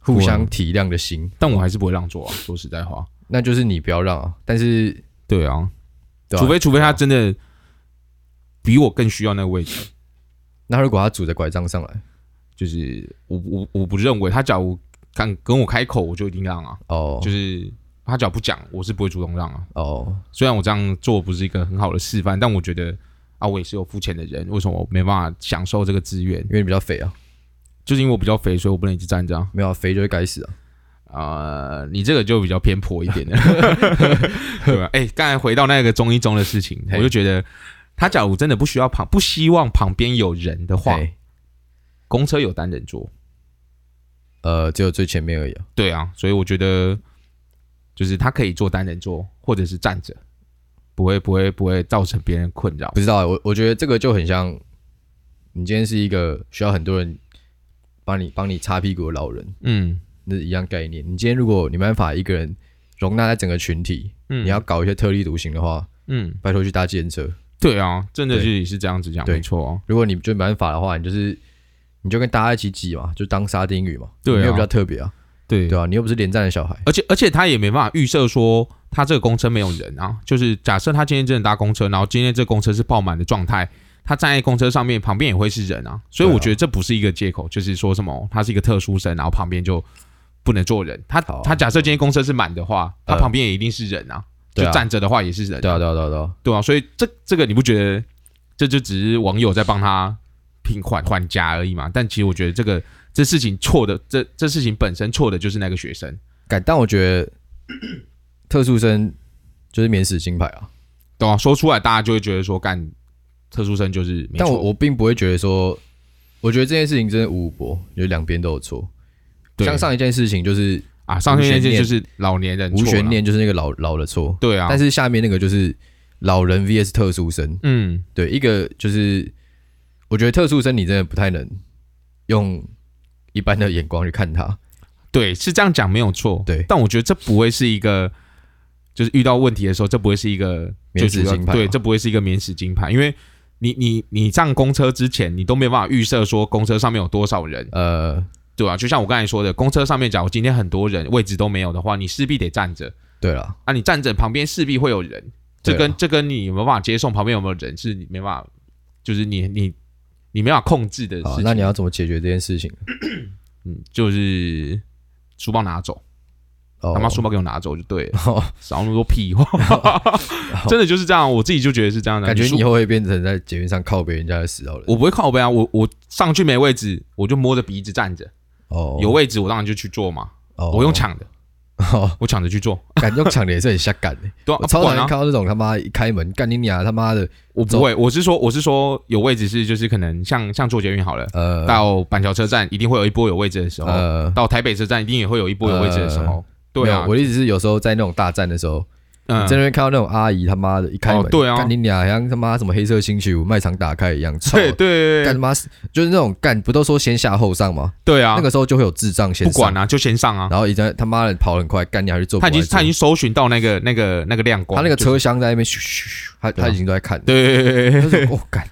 A: 互
B: 啊
A: 相体谅的心，
B: 但我还是不会让座啊，说实在话。
A: 那就是你不要让啊，但是
B: 对啊，
A: 对吧
B: 除非除非他真的比我更需要那个位置，
A: 那如果他拄着拐杖上来，
B: 就是我我我不认为他假如敢跟我开口，我就一定让啊。
A: 哦
B: 就是他只要不讲，我是不会主动让啊。
A: 哦，
B: 虽然我这样做不是一个很好的示范，但我觉得啊，我也是有付钱的人，为什么我没办法享受这个资源
A: 因？为你比较肥啊，
B: 就是因为我比较肥，所以我不能一直站着啊。
A: 没有啊肥就会该死啊，
B: 呃，你这个就比较偏颇一 点 的，对吧？哎、刚才回到那个中医中的事情，
A: 嘿
B: 我就觉得他假如真的不需要旁，不希望旁边有人的话，
A: 嘿
B: 公车有单人座，
A: 呃，只有最前面而已啊，
B: 对啊，所以我觉得就是他可以坐单人座，或者是站着，不会不会不会造成别人困扰
A: 不。知道啊我我觉得这个就很像，你今天是一个需要很多人帮你帮你擦屁股的老人，
B: 嗯
A: 那是一样概念。你今天如果你没办法一个人容纳在整个群体，
B: 嗯
A: 你要搞一些特立独行的话，
B: 嗯，
A: 拜托去搭计程车。
B: 对啊，真的
A: 对
B: 是是这样子讲，
A: 对
B: 没错哦。
A: 如果你就没办法的话，你就是你就跟大家一起挤嘛，就当沙丁鱼嘛，
B: 对啊
A: 你又比较特别啊，
B: 对
A: 对啊，你又不是连战的小孩，
B: 而且而且他也没办法预设说他这个公车没有人啊，就是假设他今天真的搭公车，然后今天这公车是爆满的状态，他站在公车上面旁边也会是人啊，所以
A: 对啊
B: 我觉得这不是一个借口，就是说什么他是一个特殊生，然后旁边就不能坐人。他
A: 好啊
B: 他假设今天公车是满的话，他
A: 呃
B: 旁边也一定是人啊，就
A: 对啊
B: 站着的话也是人、
A: 对啊，对啊，对啊，对啊，
B: 对啊，所以这这个你不觉得这就只是网友在帮他平缓缓夹而已嘛？但其实我觉得这个这事情错的，这这事情本身错的就是那个学生。
A: 感，但我觉得特殊生就是免死金牌啊，
B: 对啊，说出来大家就会觉得说干特殊生就是没错，
A: 但我我并不会觉得说，我觉得这件事情真的无博，就是两边都有错。
B: 对
A: 像上一件事情就是
B: 啊上线那件
A: 无悬念
B: 就是老年人
A: 无
B: 错了
A: 悬，念，就是那个老老的错，
B: 对啊，
A: 但
B: 是
A: 是下面那个就是老人 VS 特殊生，
B: 嗯，
A: 对，一个就是我觉得特殊生你真的不太能用一般的眼光去看他，
B: 对，是这样讲没有错，
A: 对
B: 但我觉得这不会是一个。就是遇到问题的时候，这不会是一个
A: 免死
B: 最主要
A: 金牌
B: 对，
A: 嘛
B: 这不会是一个免死金牌，因为你你你上公车之前，你都没有办法预设说公车上面有多少人，
A: 呃，
B: 对吧、啊就像我刚才说的，公车上面假如今天很多人位置都没有的话，你势必得站着，
A: 对了，
B: 啊，你站着旁边势必会有人，这
A: 对啊
B: 跟这跟你有没有办法接送旁边有没有人是你没办法，就是你你你没办法控制的事
A: 好，
B: 情。
A: 那你要怎么解决这件事情？
B: 嗯，就是书包拿走，
A: 哦
B: 他妈书包给我拿走就对 了，
A: 哦
B: 少那么多 屁话，真的就是这样，我自己就觉得是这样的。
A: 感觉
B: 书
A: 你以后会变成在捷运上靠别人家的死好人
B: 我不会靠背啊，我我上去没位置，我就摸着鼻子站着，
A: 哦，
B: 有位置我当然就去坐嘛，
A: 哦
B: 我用，抢的，
A: 哦
B: 我抢着去坐，
A: 感用抢的也是很下感的。
B: 对啊，
A: 我
B: 啊不
A: 超讨
B: 管
A: 厌
B: 啊
A: 看，到那种他妈一开门干你娘他妈的，
B: 我不会，我是说我是说有位置是就是可能像像坐捷运好了。
A: 呃
B: 到板桥车站一定会有一波有位置的时候，
A: 呃，
B: 到台北车站一定也会有一波有位置的时候。对
A: 没
B: 啊
A: 有，我的意思是有时候在那种大战的时候，
B: 嗯
A: 你在那边看到那种阿姨他妈的一开
B: 哦
A: 门，
B: 对啊
A: 干你娘，好像他妈什么黑色星期五卖场打开一样，操
B: 对，对
A: 干
B: 对
A: 他妈死就是那种干，不都说先下后上吗？
B: 对啊
A: 那，个时候就会有智障先
B: 不
A: 上
B: 管啊，就先上啊。
A: 然后一直他妈的跑很快，干你还是做不
B: 他
A: 完
B: 已
A: 的
B: 经
A: 事，
B: 他已经搜寻到那个那个那个亮光，
A: 他那个
B: 就是
A: 车厢在那边咻咻咻，他
B: 对啊
A: 他已经都在看，
B: 对对对
A: 他
B: 对
A: 就说哦干，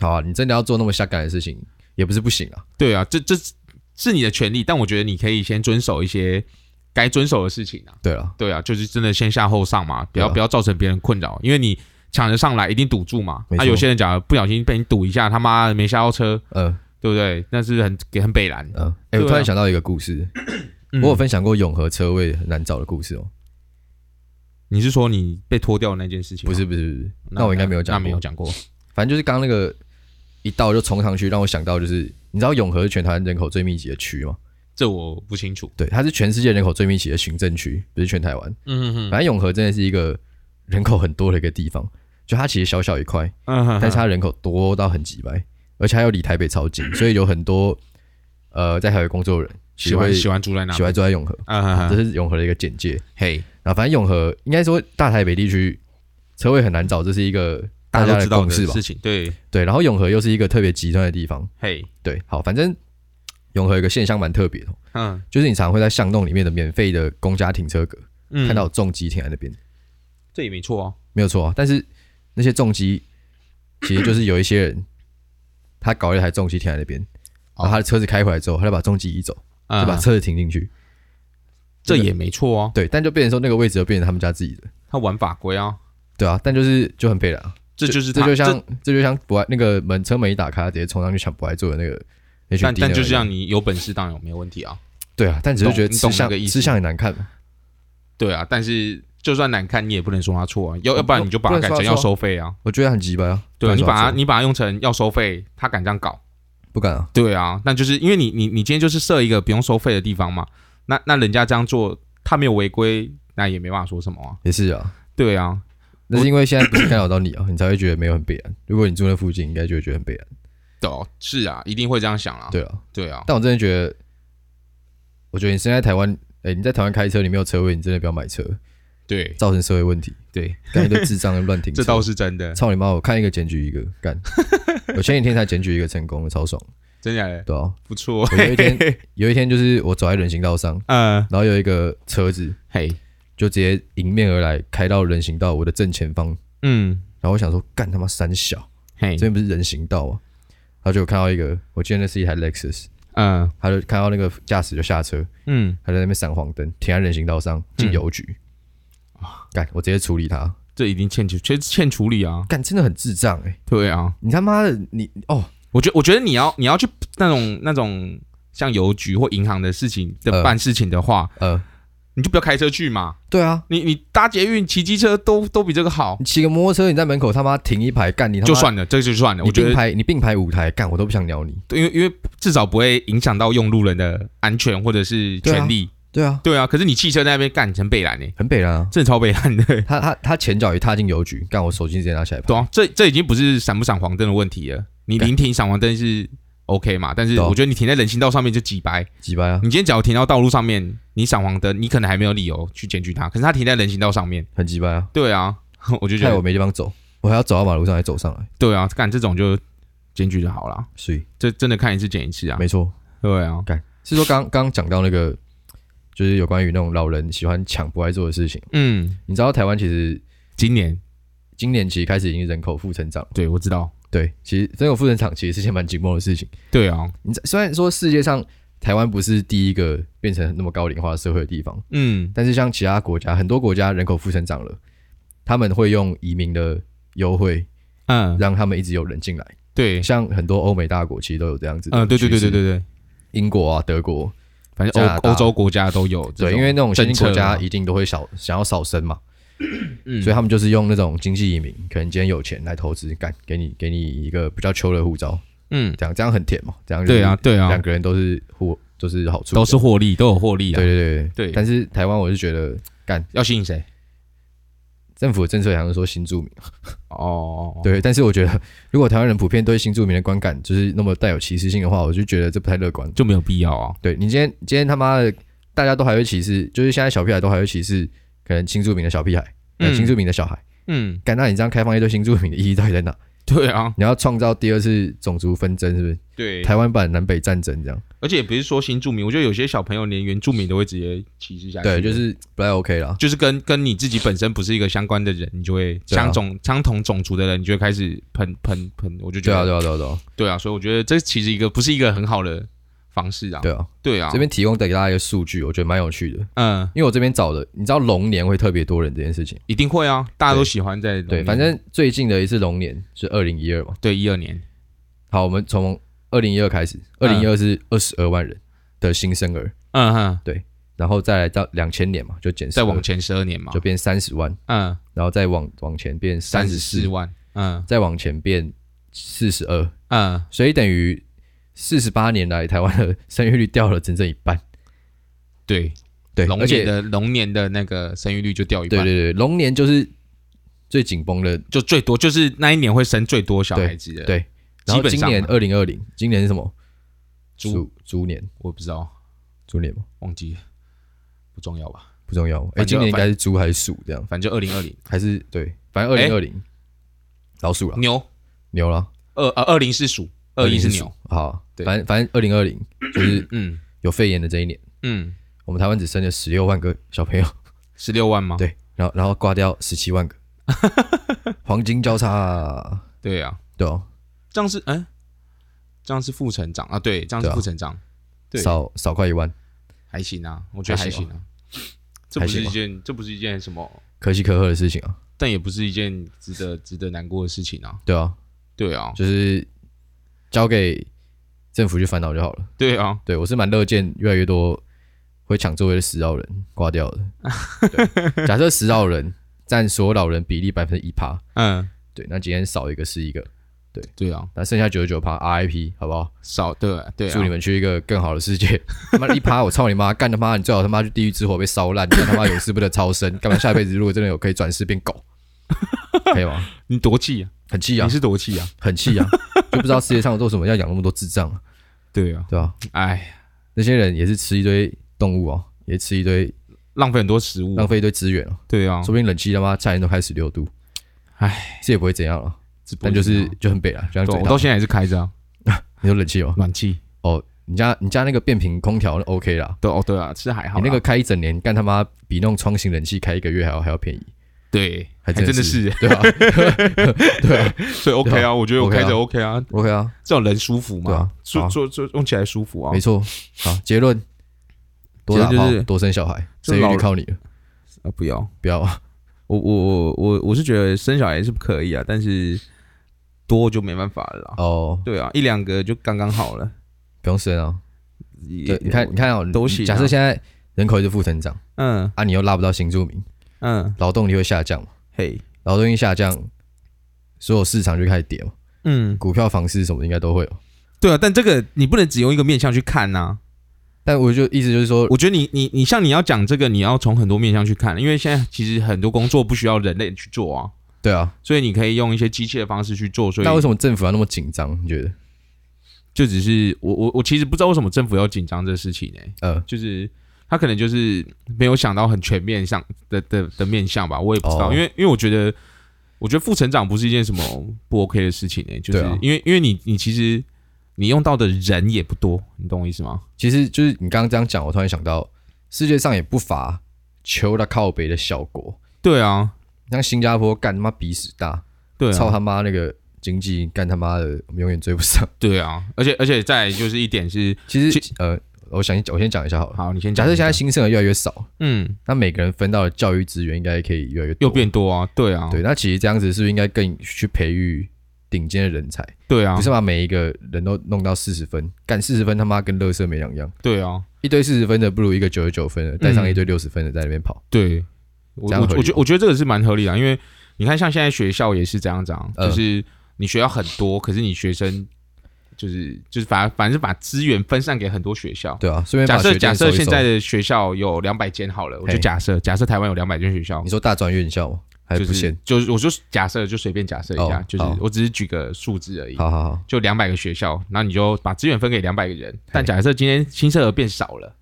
A: 好啊，你真的要做那么下感的事情也不是不行啊，
B: 对啊，这这是你的权利，但我觉得你可以先遵守一些该遵守的事情啊。
A: 对了，
B: 对啊，就是真的先下后上嘛，不要
A: 对啊
B: 不要造成别人困扰，因为你抢着上来一定堵住嘛。
A: 没
B: 那
A: 错
B: 有些人假如不小心被你堵一下，他妈的没下到车，
A: 嗯
B: 对不对？那是很很北蓝。
A: 嗯，哎，
B: 对
A: 我
B: 啊
A: 突然想到一个故事，
B: 嗯啊
A: 我有分享过永和车位很难找的故事哦，
B: 你是说你被脱掉的那件事情吗？
A: 不是不是不是，那我应该没有讲，
B: 那没有，讲过。
A: 反正就是刚刚那个一到就冲上去，让我想到就是你知道永和是全台湾人口最密集的区吗？
B: 这我不清楚。
A: 对，它是全世界人口最密集的行政区，不是全台湾。
B: 嗯
A: 反正永和真的是一个人口很多的一个地方，就它其实小小一块，
B: 嗯
A: 但是它人口多到很挤白，而且它又离台北超近，所以有很多呃在台北工作的人其
B: 嗯喜
A: 实
B: 欢
A: 会
B: 喜欢住在那，
A: 喜欢住在永和，
B: 嗯
A: 这是永和的一个简介。
B: 嘿，
A: 然后反正永和应该说大台北地区车位很难找，这是一个家
B: 大家都
A: 的
B: 知道
A: 共
B: 的
A: 识吧
B: 事？情，对，
A: 对，然后永和又是一个特别极端的地方，
B: 嘿，
A: 对，好，反正永和有一个现象蛮特别的哦，
B: 嗯
A: 就是你常会在巷弄里面的免费的公家停车格、
B: 嗯，
A: 看到有重机停在那边，
B: 这也没错哦，
A: 没有错、啊。但是那些重机其实就是有一些人，他搞了一台重机停在那边，然后他的车子开回来之后，他就把重机移走，就把
B: 嗯，
A: 车子停进去。
B: 这也没错哦，
A: 对，但就变成说那个位置就变成他们家自己的，
B: 他玩法规啊，
A: 对啊。但就是就很配了、啊，
B: 这就是
A: 这
B: 他
A: 就像这就像不爱那个门车门一打开，他直接冲上去抢不爱做的那个 H
B: 但
A: D，
B: 但就是让你有本事当然有没有问题啊，
A: 对啊，但只是觉得
B: 懂你
A: 吃
B: 懂那
A: 相
B: 个意思
A: 吃相也难看嘛，
B: 对啊，但是就算难看你也不能说他错啊，要要不然你就把它
A: 不能
B: 改
A: 说
B: 成
A: 他
B: 要
A: 错
B: 收费啊，
A: 我觉得很鸡巴啊。
B: 对啊，你把它
A: 他
B: 你把它用成要收费，他敢这样搞。
A: 不敢啊，
B: 对啊，那就是因为你你你今天就是设一个不用收费的地方嘛，那那人家这样做，他没有违规，那也没办法说什么啊。
A: 也是啊。
B: 对啊，
A: 那是因为现在不是干扰到你啊，你才会觉得没有很悲哀。如果你住那附近，应该就会觉得很悲哀。
B: 对哦，是啊，一定会这样想啊。
A: 对啊，
B: 对啊，
A: 但我真的觉得，我觉得你现在台湾，哎、你在台湾开车，你没有车位，你真的不要买车，
B: 对
A: 造成社会问题。
B: 对，
A: 干一堆智障乱停车，
B: 这倒是真的，
A: 操你妈！我看一个检举一个， 干。我前几天才检举一个成功的，超爽，
B: 真假的
A: 对啊。
B: 不错。
A: 我有一 天，有一天就是我走在人行道上，
B: 呃，
A: 然后有一个车子
B: 嘿，
A: 就直接迎面而来，开到人行道我的正前方，
B: 嗯，
A: 然后我想说，干他妈三小，
B: 嘿
A: 这，边不是人行道啊。然后就有看到一个，我记得那是一台 Lexus，
B: 嗯
A: 他就看到那个驾驶就下车，
B: 嗯，
A: 他在那边闪黄灯，停在人行道上，进邮局。
B: 嗯
A: 干、我直接处理他，
B: 这一定欠处欠欠处理啊。
A: 干真的很智障哎、
B: 对啊，
A: 你他妈的，你哦，
B: 我觉我觉得你要你要去那种那种像邮局或银行的事情的
A: 呃
B: 办事情的话，
A: 呃，
B: 你就不要开车去嘛。
A: 对啊，
B: 你你搭捷运、骑机车都都比这个好。
A: 你骑个摩托车，你在门口他妈停一排，干你他妈
B: 就，算了，这就算了。
A: 你
B: 我觉
A: 并
B: 得，
A: 排你并排五台，干我都不想鸟你。
B: 对因为因为至少不会影响到用路人的安全或者是权利。
A: 对啊，
B: 对啊，可是你汽车在那边干成北兰呢，
A: 很北然啊，
B: 真的超北兰的。
A: 他他他前脚一踏进邮局，干我手机直接拿起来拍，
B: 对啊，这这已经不是闪不闪黄灯的问题了。你
A: 干
B: 临停闪黄灯是 OK 嘛？但是
A: 对啊
B: 我觉得你停在人行道上面就几掰。
A: 几掰啊，
B: 你今天只要停到道路上面，你闪黄灯，你可能还没有理由去检举他。可是他停在人行道上面，
A: 很几掰啊，
B: 对啊， 我就觉
A: 害我
B: 得，
A: 没地方走，我还要走到马路上才走上来，
B: 对啊，干这种就检举就好了。
A: 所以
B: 这真的看一次检一次啊。
A: 没错，
B: 对啊，
A: 是说刚刚讲到那个，就是有关于那种老人喜欢抢不爱做的事情。
B: 嗯，
A: 你知道台湾其实
B: 今年
A: 今年其实开始已经人口负成长了，
B: 对我知道，
A: 对，其实人口负成长其实是件蛮紧绷的事情。
B: 对啊，
A: 你知虽然说世界上台湾不是第一个变成那么高龄化社会的地方，
B: 嗯，
A: 但是像其他国家，很多国家人口负成长了，他们会用移民的优惠
B: 嗯，
A: 让他们一直有人进来。
B: 对，
A: 像很多欧美大国其实都有这样子的
B: 嗯，对对对
A: 趋势
B: 对对，对，
A: 英国啊、德国，
B: 反
A: 加
B: 正
A: 拿
B: 欧
A: 大
B: 欧洲国家都有这种政策啊，啊
A: 对，因为那种新兴国家一定都会少想要少生嘛。
B: 嗯，
A: 所以他们就是用那种经济移民，可能今天有钱来投资，干给你给你一个比较秋的护照，
B: 嗯，
A: 这样这样很甜嘛，这样就是
B: 对啊，对啊
A: 两，个人都是获就是好处，
B: 都是获利，都有获利
A: 对
B: 啊，
A: 对对
B: 对
A: 但是台湾我是觉得
B: 要吸引谁？
A: 政府的政策好像说新住民，
B: 哦，
A: 对，但是我觉得如果台湾人普遍对新住民的观感就是那么带有歧视性的话，我就觉得这不太乐观。
B: 就没有必要啊，
A: 对你今天今天他妈的大家都还会歧视，就是现在小屁孩都还会歧视可能新住民的小屁孩，嗯，
B: 嗯
A: 新住民的小孩，
B: 嗯，
A: 干那你这样开放一堆新住民的意义到底在哪？
B: 对啊，
A: 你要创造第二次种族纷争，是不是？
B: 对，
A: 台湾版南北战争这样？
B: 而且也不是说新住民，我觉得有些小朋友连原住民都会直接歧视下去，
A: 对，就是不太 OK 啦。
B: 就是跟跟你自己本身不是一个相关的人，你就会
A: 对啊
B: 相种相同种族的人，你就会开始喷喷喷，我就觉
A: 对啊，
B: 得
A: 对啊，对啊，对啊，
B: 对啊，所以我觉得这其实一个不是一个很好的方式啊，
A: 对啊。
B: 对啊
A: 这，边提供给大家一个数据，我觉得蛮有趣的，
B: 嗯。
A: 因为我这边找的，你知道龙年会特别多人这件事情。
B: 一定会啊，大家都喜欢在
A: 对，反正最近的一次龙年是二零一二嘛。
B: 对一二年，
A: 好，我们从二零一二开始，二零一二是二十二万人的新生儿，
B: 嗯哼，
A: 然后再来到两千年嘛，就减
B: 再往
A: 12
B: 前十二年嘛
A: 就，变三十万，
B: 嗯，
A: 然后再往往前变三
B: 三
A: 十
B: 十
A: 四
B: 四，万，嗯
A: 再往前变四十二，
B: 嗯，
A: 所以等于四十八年来台湾的生育率掉了整整一半。
B: 对，
A: 对，
B: 龙
A: 而且
B: 年的龙年的那个生育率就掉一
A: 对对
B: 半，
A: 对，龙年就是最紧绷的。
B: 就最多就是那一年会生最多小孩子的，
A: 对，然后
B: 基本
A: 今
B: 上
A: 年
B: 啊
A: 二零二零，今年是什么？
B: 猪
A: 猪猪年，
B: 我不知道，
A: 猪年吗？
B: 忘记了，不重要吧，
A: 不重要。哎，
B: 反正
A: 今年应该是猪还是鼠这样？
B: 反正二零二零
A: 还是对，反
B: 哎
A: 正二零二零，老鼠了，
B: 牛
A: 牛了，
B: 二呃二零是鼠，二一是牛，
A: 好，
B: 对
A: 反正反正二零二零就是
B: 嗯
A: 有肺炎的这一年，
B: 嗯，
A: 我们台湾只生了十六万个小朋友，
B: 十六万吗？
A: 对，然后然后挂掉十七万个，黄金交叉啊，
B: 对啊，
A: 对哦，
B: 这样是嗯、这样是副成长啊，对，这样是
A: 对啊
B: 副成长，对
A: 少少快一万，
B: 还行啊，我觉得还
A: 还
B: 行
A: 行
B: 啊。这不是
A: 还行
B: 一
A: 吗
B: 件，这不是一件什么，
A: 可喜可贺的事情啊，
B: 但也不是一件值得值得难过的事情啊。
A: 对啊，
B: 对啊，
A: 就是交给政府去烦恼就好了。
B: 对啊，
A: 对我是蛮乐见越来越多会抢座位的死老人挂掉的。对假设死老人占所有老人比例百分之一趴，
B: 嗯，
A: 对，那今天少一个是一个，
B: 对啊，
A: 那剩下九十九趴 RIP 好不好？
B: 少对啊对
A: 祝你
B: 啊，
A: 们去一个更好的世界。 他妈一趴，我操你妈！干他妈，你最好他妈去地狱之火被烧烂，你 看他妈有事不得超生。干嘛下辈子如果真的有可以转世变 狗，可以吗？
B: 你多气啊，
A: 很气啊
B: 你，是多气啊，
A: 很气啊，就不知道世界上都什么要养那么多智障啊，
B: 对啊，
A: 对吧、
B: 哎，
A: 那些人也是吃一堆动物哦，也吃一堆
B: 浪费很多食物，
A: 浪费一堆资源哦，
B: 对啊，
A: 说不定冷气他妈夏天都开十六度，
B: 哎，
A: 这也不会怎样了，啊
B: 这不
A: 但就是
B: 怎样
A: 就很北了，这样
B: 对啊，
A: 嘴
B: 我到
A: 到
B: 现在也是开着啊，
A: 你有冷气哦，
B: 暖气
A: 哦，你家你家那个变频空调那 OK 啦，
B: 对哦对啊，是还好
A: 你
B: 啦，
A: 那个开一整年，干他妈比那种窗型冷气开一个月还要还要便宜，
B: 对，还
A: 还真
B: 真
A: 的
B: 的
A: 是，
B: 是
A: 对吧、
B: 所以 OK
A: 对
B: 啊，我觉得我
A: OK 啊
B: 开着 OK 啊，
A: o k 啊，
B: 这种人舒服
A: 对
B: 嘛
A: 啊，
B: 坐
A: 好
B: 坐坐用起来舒服啊
A: 没，错，好，结论，多
B: 结
A: 打
B: 论
A: 炮，
B: 就是
A: 多生小孩，
B: 就
A: 生育
B: 老
A: 率靠你了，
B: 啊不要，
A: 不要啊，
B: 我我我我我是觉得生小孩是可以啊，但是多就没办法了啦。
A: 哦，
B: 对啊，一两个就刚刚好了。
A: 不用生啊，
B: 也
A: 对，你看你，看哦，
B: 都行啊
A: 假设现在人口一直负成长
B: 嗯
A: 啊，你又拉不到新住民，
B: 嗯，
A: 劳动力会下降嘛，
B: 嘿，
A: 劳动力下降，所有市场就开始跌嘛。
B: 嗯，
A: 股票、房市什么的应该都会有。
B: 对啊，但这个你不能只用一个面向去看呐、
A: 但我就意思就是说，
B: 我觉得你你你像你要讲这个，你要从很多面向去看，因为现在其实很多工作不需要人类去做啊，
A: 对啊，
B: 所以你可以用一些机器的方式去做。所以
A: 那为什么政府要那么紧张？你觉得？
B: 就只是我我我其实不知道为什么政府要紧张这事情呢、欸
A: 呃，
B: 就是他可能就是没有想到很全面上的的的面向吧，我也不知道，
A: 哦
B: 因为因为我觉得，我觉得副成长不是一件什么不 OK 的事情呢、就是
A: 对啊
B: 因为因为你你其实你用到的人也不多，你懂我意思吗？
A: 其实就是你刚刚这样讲，我突然想到，世界上也不乏求的靠北的小国，
B: 对啊，
A: 像新加坡干他妈鼻屎大，
B: 对
A: 操
B: 啊，
A: 他妈那个经济干他妈的，我们永远追不上。
B: 对啊，而且而且再来就是一点是，
A: 其
B: 其
A: 实呃，我想我先讲一下好了。
B: 好，你先
A: 假
B: 讲
A: 设
B: 一
A: 现
B: 下
A: 在新生儿越来越少，
B: 嗯
A: 那每个人分到的教育资源应该可以越来越多
B: 又变多啊，对啊，
A: 对，那其实这样子是不是应该更去培育顶尖的人才？
B: 对啊
A: 不，是把每一个人都弄到四十分，干四十分他妈跟乐色没两样，
B: 对啊，
A: 一堆四十分的不如一个九十九分的，带上
B: 嗯
A: 一堆六十分的在那边跑，
B: 对，我
A: 这
B: 我
A: 样合理
B: 我觉得
A: 吗
B: 我觉得这个是蛮合理的啊，因为你看像现在学校也是这样子啊，
A: 嗯
B: 就是你学校很多，可是你学生就是就是反反正把资源分散给很多学校。
A: 对啊，顺便
B: 假
A: 把
B: 设
A: 学
B: 假
A: 店
B: 设
A: 收一
B: 现
A: 收
B: 在的学校有两百间好了，我就
A: 嘿
B: 假设假设台湾有两百间学校
A: 你，说大专院校吗？还
B: 就
A: 不
B: 是
A: 限？
B: 就是我就假设就随便假设一下，
A: 哦
B: 就是
A: 好
B: 我只是举个数字而已，
A: 好好好，
B: 就两百个学校，然后你就把资源分给两百个人，但假设今天新生儿变少了，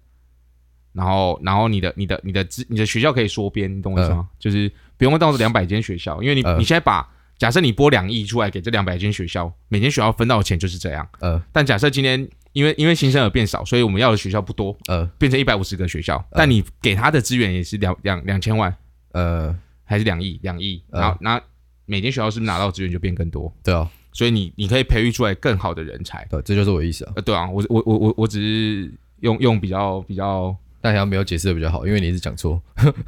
B: 然后然后你的你的你的资你的学校可以缩编，你懂我意思吗？就是不用到两百间学校，因为你、
A: 嗯
B: 你现在把假设你拨两亿出来给这两百间学校，每间学校分到的钱就是这样。
A: 呃
B: 但假设今天因为因为新生儿变少，所以我们要的学校不多，
A: 呃
B: 变成一百五十个学
A: 嗯
B: 校，但你给他的资源也是两两两千万
A: 呃，
B: 还是两亿两亿，
A: 嗯
B: 然后那、每间学校是不是拿到的资源就变更多？
A: 对啊，
B: 所以你你可以培育出来更好的人才。
A: 对，这就是我的意思啊。
B: 呃，对啊，我我我我我只是用用比较比较，
A: 但好像没有解释的比较好，因为你一直讲错。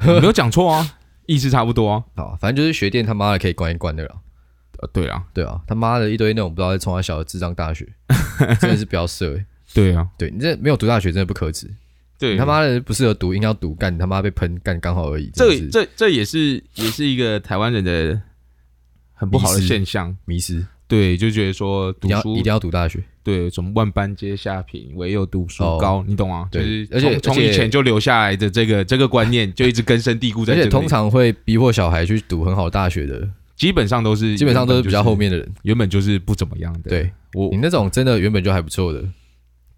B: 我没有讲错啊，意思差不多啊。
A: 好啊，反正就是学店他妈的可以关一关的了，
B: 呃，对啊，
A: 对啊，他妈的一堆那种不知道在冲他小的智障 大学，真的是不要设、欸。
B: 对啊，
A: 对你这没有读大学真的不可耻，
B: 对
A: 你他妈的不适合读，硬要读，干你他妈被喷干刚好而已。真的
B: 这
A: 是
B: 这这也是也是一个台湾人的很不好的
A: 迷失
B: 现象。
A: 迷失，
B: 对，就觉得说
A: 一
B: 读
A: 定要
B: 书
A: 一定要读大学。
B: 对，什么万般皆下品，唯有读书
A: 哦
B: 高，你懂啊？就
A: 对
B: 是
A: 而且
B: 从
A: 而
B: 从
A: 且
B: 以前就留下来的这个这个观念，就一直根深蒂固在
A: 而
B: 这个
A: 且
B: 里。
A: 通常会逼迫小孩去读很好的大学的，
B: 基本上都是
A: 基本上都是比较后
B: 原本
A: 面的人
B: 就。是，原本就是不怎么样的。
A: 对
B: 我
A: 你那种真的原本就还不错的，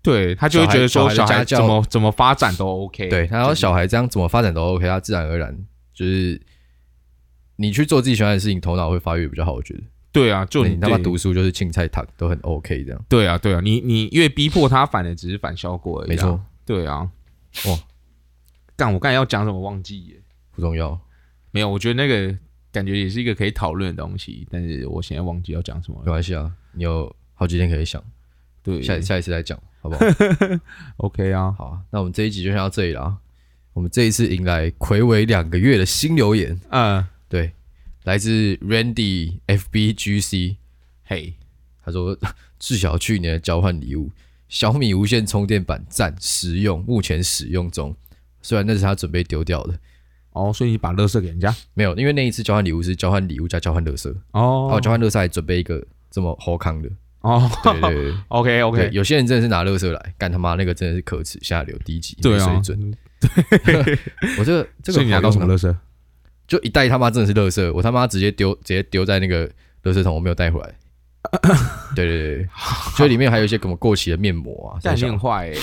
B: 对他就会
A: 小孩
B: 觉得说小
A: 小孩的
B: 孩
A: 家教
B: 怎么怎么发展都 OK，
A: 对，他要
B: 就是
A: 小孩这样怎么发展都 OK，他自然而然就是你去做自己喜欢的事情，头脑会发育比较好。我觉得，
B: 对啊，就
A: 对你他妈
B: 对
A: 读书就是青菜糖都很 OK 这样，
B: 对啊对啊，你你越逼迫他，反而只是反效果而已、啊，
A: 没错，
B: 对啊，
A: 哇，
B: 干我刚才要讲什么忘记耶？
A: 不重
B: 嗯
A: 要。
B: 没有，我觉得那个感觉也是一个可以讨论的东西，但是我现在忘记要讲什么
A: 没
B: 了。
A: 关系啊，你有好几天可以想，
B: 对，
A: 下下一次再讲，好 不好？
B: OK 啊，
A: 好啊，那我们这一集就先到这里了啊。我们这一次迎来魁违两个月的新留言，
B: 嗯，
A: 对，来自 Randy FBGC，
B: 嘿，
A: 他说至少去年的交换礼物，小米无线充电板赞实用，目前使用中。虽然那是他准备丢掉的，
B: 哦，所以你把乐色给人家
A: 没有，因为那一次交换礼物是交换礼物加交换乐色，然后
B: 哦
A: 交换乐色还准备一个这么好康的，
B: 哦
A: 对对对。
B: ，OK
A: 对，
B: OK，
A: 有些人真的是拿乐色来干他妈，那个真的是可耻下流低级，
B: 对
A: 没
B: 啊
A: 水，准。 我这个这个
B: 所以你拿
A: 好
B: 到
A: 用
B: 什么
A: 啊
B: 乐色？
A: 就一袋他妈真的是垃圾，我他妈直接丢，直接丢在那个垃圾桶，我没有带回来。对对对对，所以里面还有一些什么过期的面膜啊，三
B: 但你
A: 小
B: 很坏欸，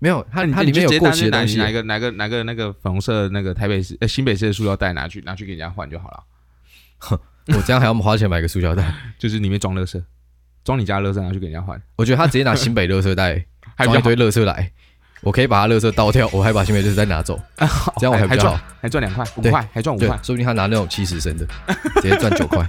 A: 没有，它
B: 你
A: 它里
B: 你就
A: 面
B: 直
A: 有
B: 接
A: 过
B: 拿
A: 期的
B: 拿
A: 东西啊
B: 拿一。个 拿个拿个那个粉红色的那个台北市呃新北市的塑料袋拿去拿去给人家换就好了，
A: 我这样还要花钱买个塑胶袋，
B: 就是里面装乐色，装你家乐色拿去给人家换，
A: 我觉得他直接拿新北垃圾袋
B: 还比
A: 装
B: 较
A: 一
B: 好
A: 堆垃圾来，我可以把他垃圾倒掉，我还把新北垃圾袋拿 走， 这样我
B: 还
A: 比
B: 还
A: 较
B: 赚
A: 好。
B: 还赚两块五
A: 对
B: 块还赚五
A: 对，
B: 块
A: 说不定他拿那种七十升的，直接赚九 块，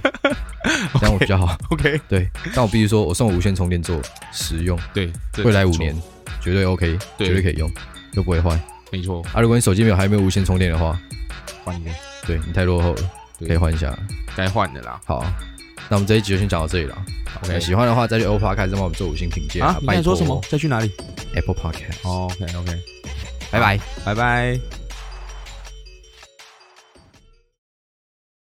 A: 这样我比较好。
B: ，OK
A: 对，但我必须说，我送无线充电座实用，
B: 对，这
A: 未来
B: 不
A: 五
B: 错
A: 年绝对 OK，
B: 对
A: 绝对可以用，又不会坏。
B: 没错，
A: 啊，如果你手机没有还没有无线充电的话，
B: 换一个
A: 对你太落后了，
B: 对
A: 可以换一下。
B: 该换的啦
A: 好，啊那我们这一集就先讲到这里了。
B: ，OK
A: 喜欢的话再去 Apple Podcast 帮我们做五星评价
B: 啊，你
A: 拜
B: 在
A: 托哦
B: 说什么？再去哪里
A: Apple Podcast？
B: ？OK OK，
A: 拜拜。
B: 拜拜。